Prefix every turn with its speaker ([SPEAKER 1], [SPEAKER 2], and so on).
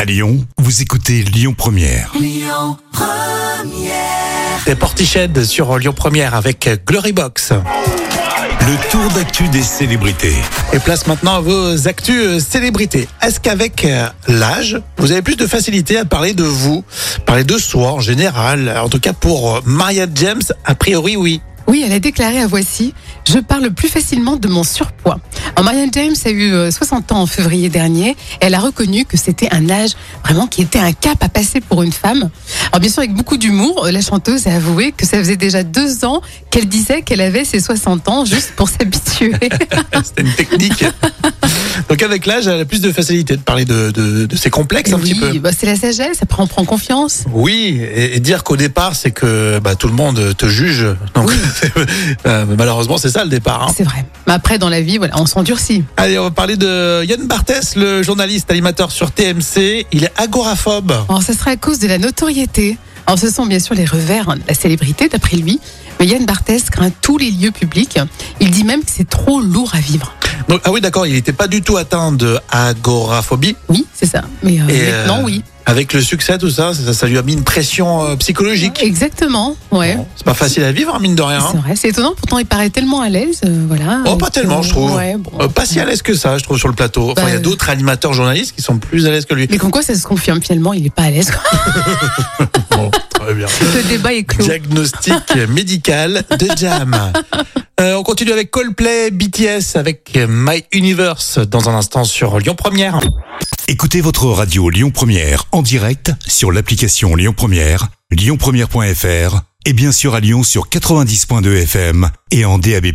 [SPEAKER 1] À Lyon, vous écoutez Lyon Première.
[SPEAKER 2] C'est Portiched sur Lyon Première avec Glorybox.
[SPEAKER 1] Le tour d'actu des célébrités.
[SPEAKER 2] Et place maintenant à vos actus euh, célébrités. Est-ce qu'avec euh, l'âge, vous avez plus de facilité à parler de vous, parler de soi en général En tout cas pour euh, Maria James, a priori oui.
[SPEAKER 3] Oui, elle a déclaré à Voici Je parle plus facilement de mon surpoids. Alors, Marianne James a eu euh, 60 ans en février dernier. Et elle a reconnu que c'était un âge vraiment qui était un cap à passer pour une femme. Alors, bien sûr, avec beaucoup d'humour, euh, la chanteuse a avoué que ça faisait déjà deux ans qu'elle disait qu'elle avait ses 60 ans juste pour s'habituer.
[SPEAKER 2] C'était une technique. Donc avec l'âge, elle a plus de facilité de parler de, de- de ses complexes un petit peu.
[SPEAKER 3] Oui, bah, c'est la sagesse, après on prend confiance.
[SPEAKER 2] Oui, et, et dire qu'au départ, c'est que bah, tout le monde te juge. Donc, euh, malheureusement, c'est ça le départ. hein.
[SPEAKER 3] C'est vrai. Mais après, dans la vie, voilà, on s'endurcit.
[SPEAKER 2] Allez, on va parler de Yann Barthès, le journaliste animateur sur TMC. Il est agoraphobe.
[SPEAKER 3] Alors, ça serait à cause de la notoriété. Alors, ce sont bien sûr les revers hein, de la célébrité, d'après lui. Mais Yann Barthès craint tous les lieux publics. Il dit même que c'est trop lourd à vivre.
[SPEAKER 2] Donc, ah oui, d'accord, il n'était pas du tout atteint de agoraphobie.
[SPEAKER 3] Oui, c'est ça. Mais euh,
[SPEAKER 2] Et,
[SPEAKER 3] maintenant,
[SPEAKER 2] euh,
[SPEAKER 3] oui.
[SPEAKER 2] Avec le succès, tout ça, ça, ça lui a mis une pression euh, psychologique.
[SPEAKER 3] Exactement. Ouais.
[SPEAKER 2] Bon, C'est pas facile à vivre, hein, mine de rien. hein.
[SPEAKER 3] C'est vrai, c'est étonnant. Pourtant, il paraît tellement à l'aise. euh, voilà.
[SPEAKER 2] Oh, pas
[SPEAKER 3] Euh,
[SPEAKER 2] tellement, je trouve.
[SPEAKER 3] Ouais, bon.
[SPEAKER 2] Euh, pas si à l'aise que ça, je trouve, sur le plateau. Enfin,
[SPEAKER 3] Bah,
[SPEAKER 2] il y a
[SPEAKER 3] euh.
[SPEAKER 2] d'autres animateurs journalistes qui sont plus à l'aise que lui.
[SPEAKER 3] Mais comme quoi, ça se confirme finalement, il est pas à l'aise.
[SPEAKER 2] Bon, très bien.
[SPEAKER 3] Le débat est clos.
[SPEAKER 2] Diagnostic médical de Jam. Euh, on continue avec Coldplay, BTS, avec My Universe dans un instant sur Lyon Première.
[SPEAKER 1] Écoutez votre radio Lyon Première en direct sur l'application Lyon Première, lyonpremière.fr et bien sûr à Lyon sur 90.2 FM et en DAB+.